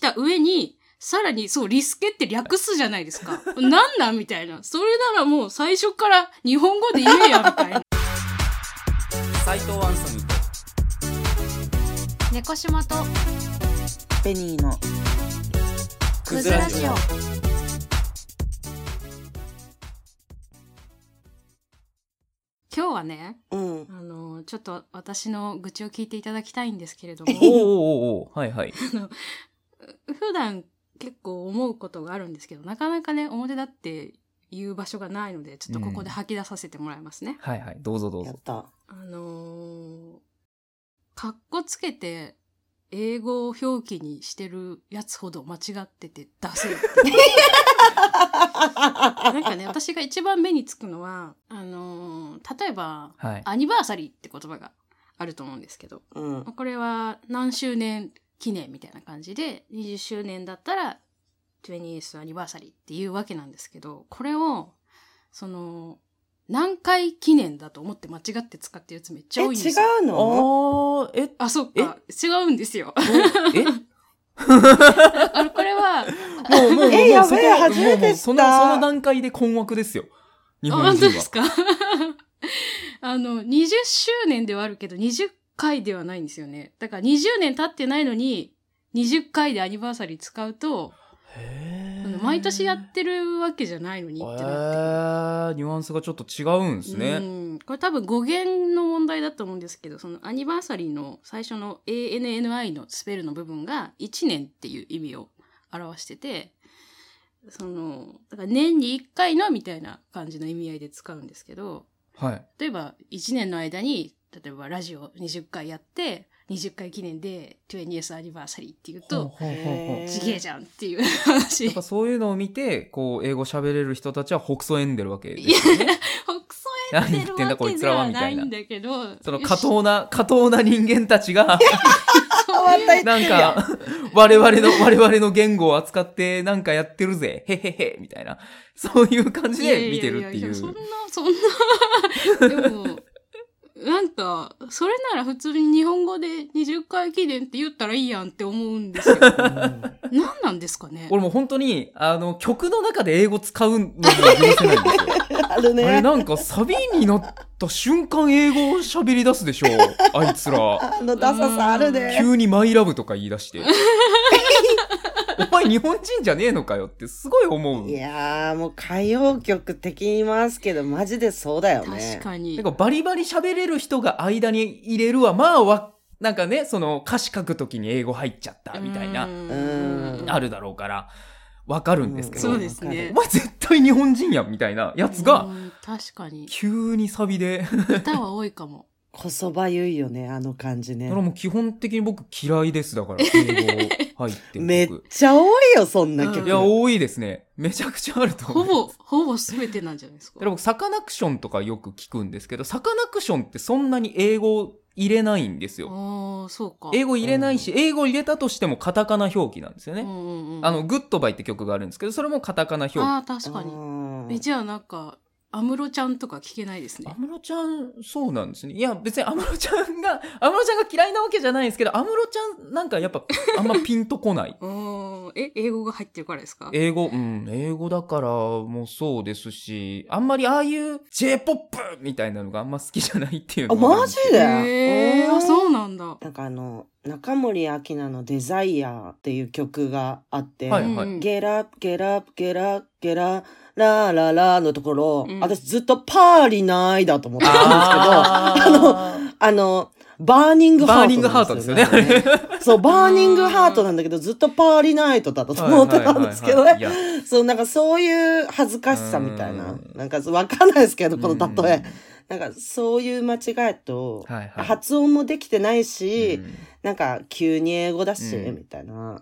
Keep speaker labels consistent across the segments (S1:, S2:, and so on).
S1: た上に、さらに、そう、リスケって略すじゃないですか。なんなんみたいな。それならもう最初から日本語で言えや、みたい な。
S2: 斉藤アンソニーと
S1: 猫島と、
S3: ベニーの
S2: クズラジオ
S1: 今日はね、
S3: うん
S1: あの、ちょっと私の愚痴を聞いていただきたいんですけれど
S2: おーお
S1: も、
S2: ーおーおーはいはい
S1: 普段結構思うことがあるんですけど、なかなかね、表だって言う場所がないので、ちょっとここで吐き出させてもらいますね。
S2: はいはいどうぞどう
S3: や
S2: ぞ
S3: った
S1: あのー、かっこつけて、英語を表記にしてるやつほど間違ってて出せる。なんかね、私が一番目につくのは、あのー、例えば、
S2: はい
S1: アニバーサリーって言葉があると思うんですけど、
S3: うん
S1: これは何周年記念みたいな感じで、20周年だったら 20th アニバーサリーっていうわけなんですけど、これを、その、何回記念だと思って間違って使ってるやつめっち
S3: え
S1: ゃ
S3: 違
S1: 多いんですよ。
S3: う
S2: あ
S3: の
S2: ーえ
S1: あ、そっか。違うんですよ。
S2: え
S1: あのこれは、
S2: もうもうもう
S3: えや
S2: そ
S3: べえ
S2: こ
S3: 初
S2: もう
S3: めて知った
S2: もうそのその段階で困惑ですよ日
S1: あ
S2: 本
S1: 本
S2: 人
S1: 当
S2: は
S1: ですか あの、20周年ではあるけど、20回ではないんですよね。だから20年経ってないのに、20回でアニバーサリー使うと、
S2: へ
S1: あ
S2: ー
S1: の毎年やってるわけじゃないのにってなって。
S2: えーニュアンスがちょっと違うんです
S1: う
S2: ね
S1: ん、これ多分語源の問題だと思うんですけどそのアニバーサリーの最初の ANNI のスペルの部分が1年っていう意味を表しててそのだから年に1回のみたいな感じの意味合いで使うんですけど
S2: はい
S1: 例えば1年の間に例えばラジオ20回やって20回記念で 20th アニバーサリーっていう
S2: ほう
S1: と
S2: ほうほうほう
S3: へー
S1: ちげえじゃんっていう話
S2: やっぱそういうのを見て、こう、英語喋れる人たちは、北そえんでるわけですよね。
S1: 北総
S2: 何
S1: やっ
S2: 言
S1: て
S2: っ
S1: る
S2: てんだ、
S1: わ
S2: こい
S1: け
S2: つ
S1: で
S2: らは、
S1: は
S2: みた
S1: ないい。
S2: なん
S1: だけど
S2: その、過当な、過当な人間たちが、
S1: そういう
S3: た
S2: なんか、我々の、我々の言語を扱って、なんかやってるぜ、へへへ、みたいな、そういう感じで見てるって
S1: やや
S2: い
S1: や
S2: う。
S1: そんなそんなでもなんかそれなら普通に日本語で20回記念って言ったらいいやんって思うん ですよ何なんですかね
S2: 俺もう本当に、あの、曲の中で英語使うのが許せないんです よ。
S3: あ
S2: あ
S3: る
S2: れ
S3: ね
S2: なんかサビになった瞬間英語を喋り出すでしょあいつら。
S3: あのダサさあるね
S2: 急にマイラブとか言い出 して。お前日本人じゃねえのかよってすごい思う
S3: い。やーもう歌謡曲的に言いますけどマジでそうだよね
S1: 確かに
S2: なんかバリバリ喋れる人が間に入れるは、まあわ、なんかね、その歌詞書くときに英語入っちゃったみたいな、
S3: ん
S2: あるだろうから、わかるんですけど、
S1: そうですね
S2: お前絶対日本人やんみたいなやつが
S1: う、ん確かに
S2: 急にサビで、だ
S1: 歌は多いか も
S3: こそばゆいよねあの感じね
S2: からもう基本的に僕嫌いです、だから、英語入ってる
S3: めっ
S2: 曲。
S3: ちゃ多いよそんな
S1: う
S3: 曲
S1: ん
S2: いや、多いですね。めちゃくちゃあると思
S1: ほ
S2: う。
S1: ぼほぼ全てなんじゃないです
S2: だから
S1: か
S2: 僕、サカナクションとかよく聞くんですけど、サカナクションってそんなに英語入れないんですよ。
S1: ああそうか
S2: 英語入れないし、英語入れたとしてもカタカナ表記なんですよ
S1: う
S2: ね。
S1: んうんうん
S2: あの、グッドバイって曲があるんですけど、それもカタカナ表記。
S1: あー確かに
S3: に
S1: えじゃあなんか安室ちゃんとか聞けないですね
S2: 安室ちゃん、そうなんですね。いや、別に安 室ちゃんが、安室ちゃんが嫌いなわけじゃないんですけど、安室ちゃんなんかやっぱ、あんまピンとこない。
S1: うんえ英語が入ってるからですか
S2: 英語、うん、英語だからもそうですし、あんまりああいう J-POP みたいなのがあんま好きじゃないっていう
S3: あ
S2: のもるん
S3: マ
S2: です
S3: ジ
S2: けど
S3: で
S1: へえ
S3: うん
S1: あそうなんだ。
S3: なんかあの中森明菜の「デザイアー」っていう曲があって、
S2: はいはい
S1: うん
S3: ゲラゲラゲラゲララララのところ、
S1: うん
S3: 私ずっとパーリないだと思ってたんですけど
S2: あ
S3: あ
S2: ー
S3: のバーニングハート
S2: バーニングハートですよね。
S3: なんですよねそうバーニングハートなんだけどずっとパーリナイトだと思ってたんですけど
S2: はいはい
S3: ね
S2: はいはいいや
S3: そうなんかそういう恥ずかしさみたいな
S2: うん
S3: なんかそうわかんないですけどこの例え
S2: う
S3: なんかそういう間違いと
S2: んはいはい。
S3: 発音もできてないし、
S2: うん
S3: なんか急に英語だし、
S2: うん
S3: みたいな。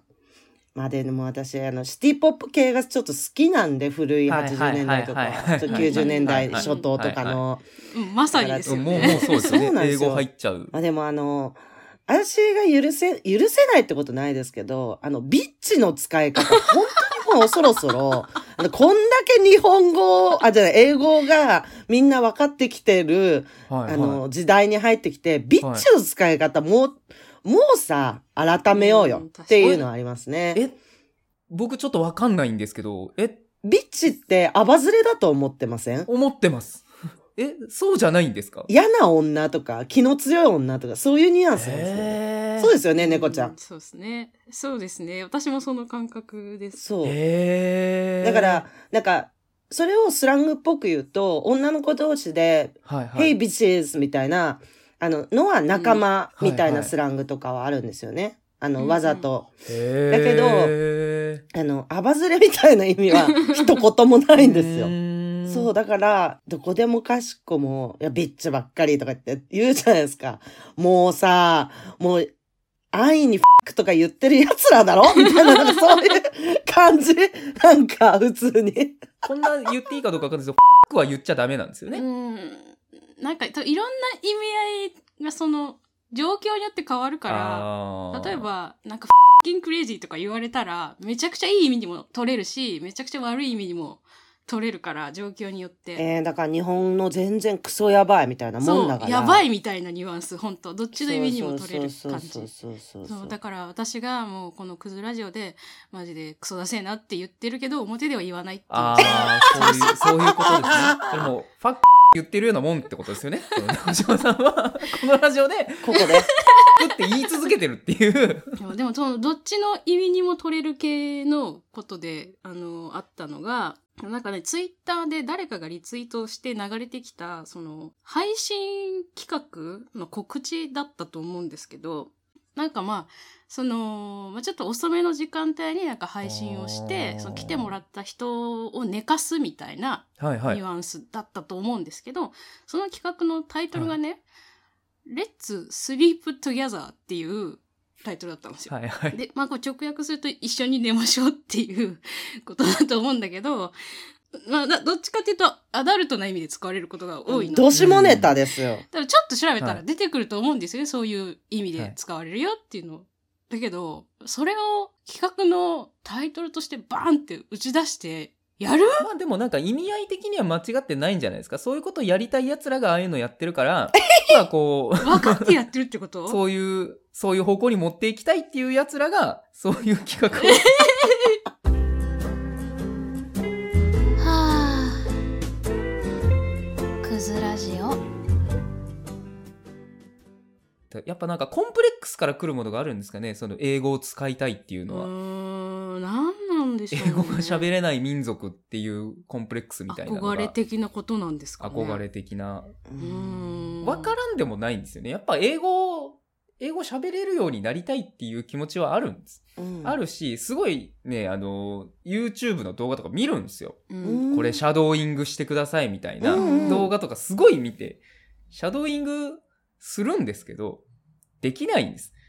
S3: まあでも私、あの、シティポップ系がちょっと好きなんで、古い
S2: はいはい
S3: 80年代とか
S2: はいはい、
S3: ちょっと90年代初頭とか
S2: はいはい
S3: の。
S1: うんまさにですよ
S2: もう、
S1: ね。
S2: もうそうです
S3: そ
S2: よ
S3: うなん
S2: ね。
S3: で
S2: 英
S3: すよ
S2: 語入っちゃう。
S3: まあでもあの、私が許せ、許せないってことないですけど、あの、ビッチの使い方、本当にもうそろそろ、 あの、こんだけ日本語、あ、じゃない、英語がみんな分かってきてる、
S2: はいはい
S3: あの、時代に入ってきて、ビッチの使い方、もう、もうさ、改めよう
S1: う
S3: よ
S1: ん
S3: っていうのはありますね。
S2: え、僕ちょっとわかんないんですけど、え、
S3: ビッチってアバズレだと思ってません
S2: 思ってます。え、そうじゃないんですか
S3: 嫌な女とか、気の強い女とか、そういうニュアンスなんですよね。
S2: え。
S3: そうですすよね、猫ちゃ。
S1: うんそうですね。そうですね。私もその感覚です。
S3: そう。
S2: えー
S3: だから、、なんか、それをスラングっぽく言うと、女の子同士で、
S2: はいはい。
S3: Hey bitches みたいな、あの、のは仲間
S2: うん
S3: みた
S2: はい
S3: いな
S2: はい
S3: スラングとかはあるんですよね。あ
S1: うんう
S3: の、
S1: ん
S3: わざと。
S2: へー
S3: だけどあの、アバズレみたいな意味は 一言もないんですよ。
S2: よ
S3: そう、だから、どこでもかしこも、いや、ビッチばっかりとかって言うじゃないですか。もうさ、もう、安易にフックとか言ってる奴らだ ろみたいな、なんかそういう感じなんか、普通に。
S2: こんな言っていいかどうかわかんないですけど、フックは言っちゃダメなんですよね。
S1: うん。なんか、といろんな意味合いがその、状況によって変わるから、
S2: ら
S1: 例え、ば、なんか、フッキンクレイジーとか言われたら、めちゃくちゃいい意味にも取れるし、めちゃくちゃ悪い意味にも取れるから、状況によって。
S3: えー、だから日本の全然クソやばいみたいなも
S1: そ
S3: んだ
S1: う
S3: か、ら。
S1: やばい
S3: い。
S1: みたいなニュアンス、本当どっちの意味にも取れる感じ
S3: そう。そうそうそうそう
S1: そ
S3: そうう
S1: だから私がもうこのクズラジオでマジでクソだせえなって言ってるけど表では言わないっていう
S2: ああ、そういう、そういうことですね。でも、ファック言ってるようなもんってことですよね。その 中島さんは、このラジオで、
S3: ここ
S2: フ
S3: で。
S2: ックって言い続けてるっていう。
S1: で もでもそのどっちの意味にも取れる系のことであのあったのがなんかねツイッターで誰かがリツイートして流れてきたその配信企画の告知だったと思うんですけどなんかまあその、まあ、ちょっと遅めの時間帯になんか配信をし
S2: あー
S1: てその来てもらった人を寝かすみたいな
S2: はいは
S1: ニ
S2: い
S1: ュ。アンスだったと思うんですけど、その企画のタイトルがね、Let's Sleep Together っていうタイトルだったんですよ。
S2: はいはい。
S1: で、まあ、こう直訳すると一緒に寝ましょうっていうことだと思うんだけど、まあ、だどっちかっていうとアダルトな意味で使われることが 多いの。
S3: どしもネタですよ。
S1: だからちょっと調べた
S2: は
S1: ら
S2: い
S1: 出てくると思うんですよね、そういう意味で使われるよっていうの。だけど、それを企画のタイトルとしてバーンって打ち出して、やる
S2: まあでもなんか意味合い的には間違ってないんじゃないですか。そういうことをやりたい奴らがああいうのやってる から、まあこう、
S1: 分かってやってるってこと
S2: そういう、そういう方向に持っていきたいっていう奴らが、 そういう企画を。
S4: はあクズラジオ
S2: やっぱなんかコンプレックスから来るものがあるんですかね。その英語を使いたいっていう
S1: う
S2: のは。
S1: ーん、なんなんでしょう、ね
S2: 英、語が喋れない民族っていうコンプレックスみたいなのが
S1: 憧れ的なことなんですかね。
S2: 憧れ的な
S3: う
S1: うーん。
S2: わからんでもないんですよねやっぱ英語を英語喋れるようになりたいっていう気持ちはあるんです、
S3: うん
S2: あるしすごいねあの YouTube の動画とか見るんですよ、
S1: う。
S3: うんん
S2: これシャドーイングしてくださいみたいな
S3: うん
S1: うん
S2: 動画とかすごい見てシャドーイングするんですけどできないんです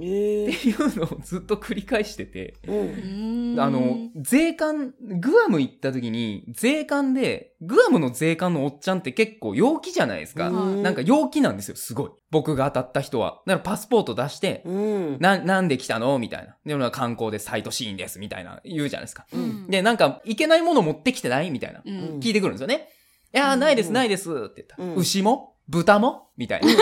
S3: え
S2: っていうのをずっと繰り返してて
S3: ー うん
S2: あの、税関、グアム行った時に、税関で、グアムの税関のおっちゃんって結構陽気じゃないですか。
S1: う
S2: なんか、陽気なんですよ、すごい。僕が当たった人は。だからパスポート出して、
S3: うん。
S2: な、なんで来たのみたいな。でもなんか観光でサイトシーンです、みたいな、言うじゃないですか。
S1: うん、
S2: で、なんか、いけないもの持ってきてないみたいな。
S1: うん、
S3: うん
S2: 聞いてくるんですよね。いやー、
S1: うん
S2: ないです、ないです、って言ったら。
S3: うん
S2: 牛も豚もみたいな。
S3: う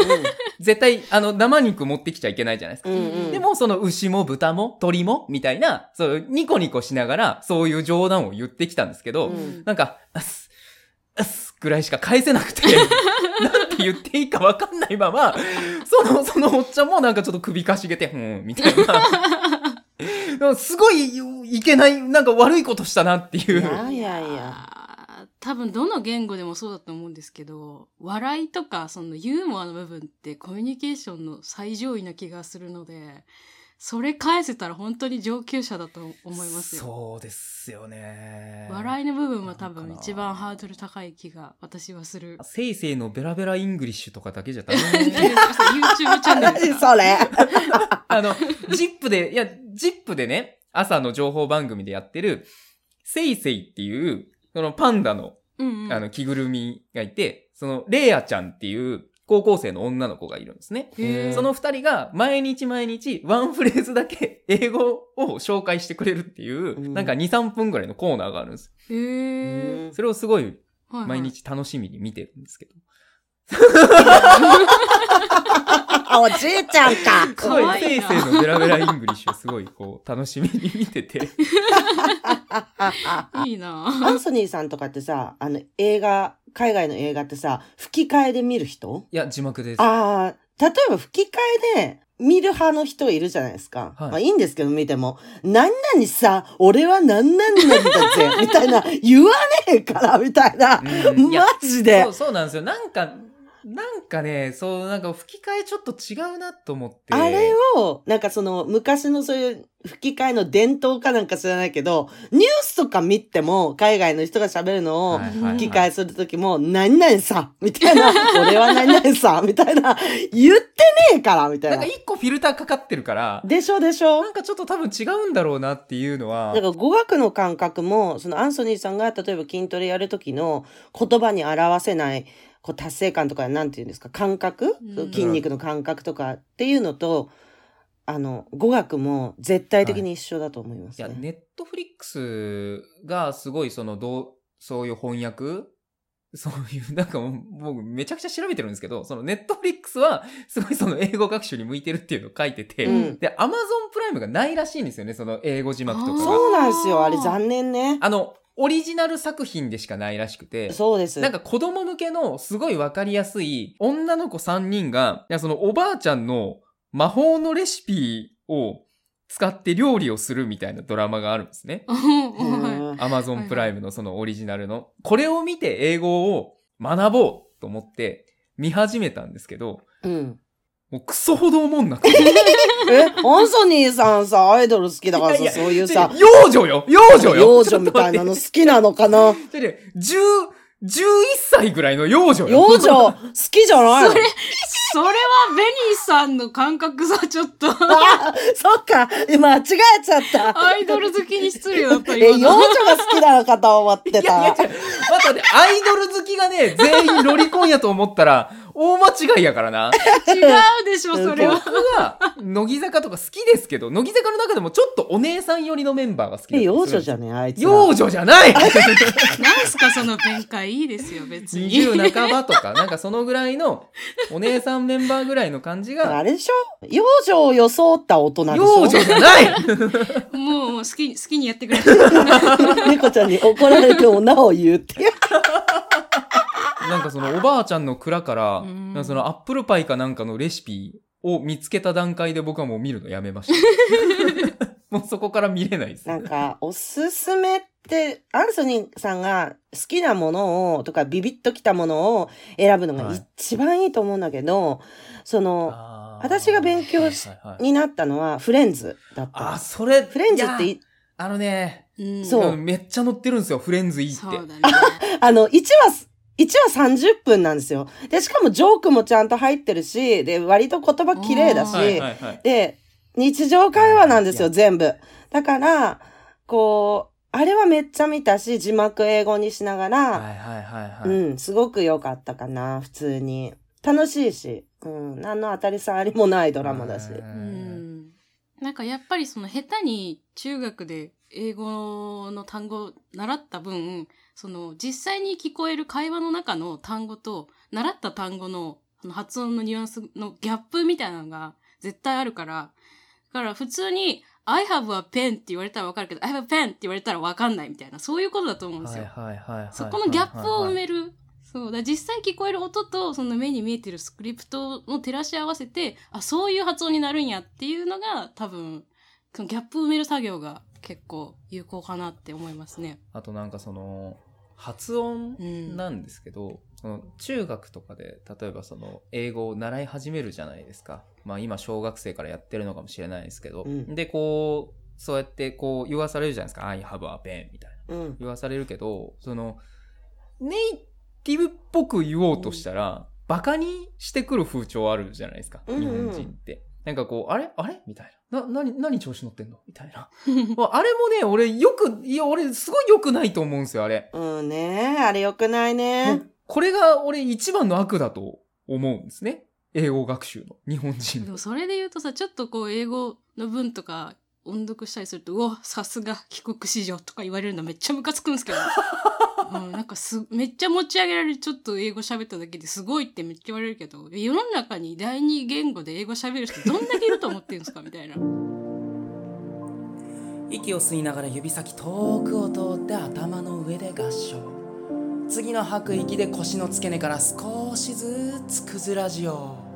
S2: 絶対、あの、生肉持ってきちゃいけないじゃないですか。
S3: んうん
S2: で、も、その牛も豚も鳥もみたいな、そう、ニコニコしながら、そういう冗談を言ってきたんですけど、
S3: うん
S2: なんか、あっす、あっすぐらいしか返せな くて、なんて言っていいかわかんないまま、その、そのおっちゃんもなんかちょっと首かしげて、ふーん、みた いな。すごい、いけない、なんか悪いことしたなっていうう。
S3: ん。いや
S1: い
S3: いやいや。
S1: 多分どの言語でもそうだと思うんですけど、笑いとかそのユーモアの部分ってコミュニケーションの最上位な気がするので、それ返せたら本当に上級者だと思いますよ。
S2: そうですよね。
S1: 笑いの部分は多
S2: な
S1: 分
S2: んかな
S1: 一番ハードル高い気が私はする。
S2: せいせいのベラベライングリッシュとかだけじゃダメ
S1: 何ですかそれ YouTube チャンネルです
S3: 何
S1: か
S3: それ
S2: あの、ジップで、いや、ジップでね、朝の情報番組でやってる、セイセイっていう、そのパンダの、
S1: うんうん
S2: あの、着ぐるみがいて、その、レイアちゃんっていう高校生の女の子がいるんですね。
S1: へー
S2: その二人が毎日毎日ワンフレーズだけ英語を紹介してくれるっていう、
S3: うん
S2: なんか2、3分ぐらいのコーナーがあるんです。
S1: へー
S2: それをすごい
S1: はいはい
S2: 毎日楽しみに見てるんですけど。
S3: おじいちゃんか。
S2: すごい
S1: 可、愛
S2: せ
S1: い
S2: い
S1: な
S2: せいのベラベライングリッシュ、すごい、こう、楽しみに見てて。
S1: いいな
S3: アンソニーさんとかってさ、あの、映画、海外の映画ってさ、吹き替えで見る人
S2: いや、字幕です。
S3: ああ、例えば吹き替えで見る派の人いるじゃないですか。
S2: はい
S3: まあいいんですけど、見ても。何々さ、俺は何々なんだぜ、みたいな、言わねえから、みたいな。
S2: うんいや
S3: マジで
S2: そう。そうなんですよ。なんか、なんかね、そう、なんか吹き替えちょっと違うなと思って。
S3: あれを、なんかその、昔のそういう吹き替えの伝統かなんか知らないけど、ニュースとか見ても、海外の人が喋るのを、
S2: はいはいはい
S3: 吹き替えするときも、何々さ、みた いな、俺は何々さ、みたいな、言ってねえから、みた
S2: ないん
S3: な
S2: か。一個フィルターかかってるから、
S3: でしょでしょ
S2: なんかちょっと多分違うんだろうなっていうのは
S3: だか。ら語学の感覚も、そのアンソニーさんが例えば筋トレやるときの言葉に表せない、こう達成感とか、なんていうんですか、感覚、
S1: うん
S3: その筋肉の感覚とかっていうのと、あの、語学も絶対的に一緒だと思いま
S2: い
S3: すね。
S2: や、ネットフリックスがすごいその、どう、そういう翻訳そういう、なんかもう僕めちゃくちゃ調べてるんですけど、そのネットフリックスはすごいその英語学習に向いてるっていうのを書いてて、
S3: うん
S2: で、アマゾンプライムがないらしいんですよね、その英語字幕とか
S1: あー
S2: が。
S3: そうなんですよ。あれ残念ね。
S2: あの、オリジナル作品でしかないらしくて。
S3: そうです。
S2: なんか子供向けのすごいわかりやすい女の子3人が、いやそのおばあちゃんの魔法のレシピを使って料理をするみたいなドラマがあるんですね。
S3: う
S1: は
S3: ん
S2: アマゾンプライムのそのオリジナルの。これを見て英語を学ぼうと思って見始めたんですけど、
S3: うん。
S2: もうクソほど思んなくて。
S3: え、アンソニーさんさ、アイドル好きだから
S2: い
S3: さ、
S2: やい
S3: そういう
S2: で
S3: さ、
S2: 幼女よ幼女よ
S3: 幼女みたいなの好きなのか
S2: ちょ
S3: な
S2: っと待ってちょっとね10 11歳ぐらいの幼女よ
S3: 幼女、好きじゃない
S1: い。
S3: の
S1: それ、それはベニーさんの感覚さ、ちょっと、
S3: あ そっか、間違えちゃった。
S1: アイドル好きに失礼だった
S3: え、
S1: よ
S3: 幼女が好きなのかと思って
S2: いやいや、
S3: た。
S2: 違う待って待って、アイドル好きがね、全員ロリコンやと思ったら、大間違いやからな。
S1: 違うでしょ、それ
S2: 僕
S1: は。
S2: は、乃木坂とか好きですけど、乃木坂の中でもちょっとお姉さん寄りのメンバーが好きだった
S3: え、
S2: り
S3: 幼
S2: する
S3: 女
S2: んですよ
S3: じゃねあいつら。
S2: 幼女じゃない
S1: なんすか、その弁解。いいですよ、別に。
S2: !20 半ばとか、なんかそのぐらいの、お姉さんメンバーぐらいの感じ
S3: あ
S2: が、
S3: れでしょ幼女を装った大人でしょ
S2: 幼女じゃない
S1: もう、好きに、好きにやってくれ。
S3: 猫ちゃんに怒られてもなお言うって いう。
S2: なんかそのおばあちゃんの蔵から、
S1: うん
S2: なんかそのアップルパイかなんかのレシピを見つけた段階で僕はもう見るのやめました。もうそこから見れないです。
S3: なんか、おすすめって、アンソニーさんが好きなものを、とかビビッときたものを選ぶのが
S2: はい
S3: 一番いいと思うんだけど、その、
S2: あー
S3: 私が勉強し
S2: はいはいはい
S3: になったのはフレンズだっ
S2: あ、
S3: た。
S2: それ。
S3: フレンズって
S2: いや
S3: い、
S2: あのね、
S1: うん
S3: そう
S2: うんめっちゃ載ってるんですよ、フレンズいいって。
S1: そうだね。
S3: あの、1話、一話30分なんですよ。で、しかもジョークもちゃんと入ってるし、で、割と言葉綺麗だし、
S2: はいはいはい。
S3: で、日常会話なんです
S2: い
S3: よ、
S2: や
S3: 全部。だから、こう、あれはめっちゃ見たし、字幕英語にしながら、
S2: はいはいはいは
S3: う
S2: い。
S3: ん、すごく良かったかな、普通に。楽しいし、うん、何の当たり障りもないドラマだし。
S2: う
S1: うんん。なんかやっぱりその下手に中学で英語の単語を習った分、その実際に聞こえる会話の中の単語と習った単語のその発音のニュアンスのギャップみたいなのが絶対あるから、だから普通に I have a pen って言われたらわかるけど I have a pen って言われたらわかんないみたいな、そういうことだと思うんですよ。
S2: はいはいはいはい
S1: そこのギャップを埋め
S2: る。
S1: る。そうだ実際聞こえる音とその目に見えてるスクリプトを照らし合わせてあそういう発音になるんやっていうのが多分そのギャップを埋める作業が結構有効かなって思いますね。
S2: あとなんかその、発音
S1: うん
S2: なんですけど、その中学とかで、例えばその、英語を習い始めるじゃないですか。まあ今、小学生からやってるのかもしれないですけど、
S3: うん
S2: で、こう、そうやってこう言わされるじゃないですか。I have a pen みたいな。
S3: うん。
S2: 言わされるけど、その、ネイティブっぽく言おうとしたら、バカにしてくる風潮あるじゃないですか、
S3: うんうん
S2: 日本人って。なんかこう、あれあれみたいな。な、何、何調子乗ってんのみたいな。 まああれもね、俺よく、いや、俺すごい良くないと思うんですよ、あれ。
S3: うんねあれ良くない
S2: も
S3: ね
S2: うこれが俺一番の悪だと思うんですね。英語学習の、日本人
S1: で
S2: の
S1: も。それで言うとさちょっとこう英語の文とか音読したりすると「うわさすが帰国子女」とか言われるのめっちゃムカつくんですけどうん、なんかすめっちゃ持ち上げられるちょっと英語喋っただけですごいってめっちゃ言われるけど世の中に第二言語で英語喋る人どんだけいると思ってるんですかみたいな。
S2: 息を吸いながら指先遠くを通って頭の上で合掌次の吐く息で腰の付け根から少しずつ崩らじよう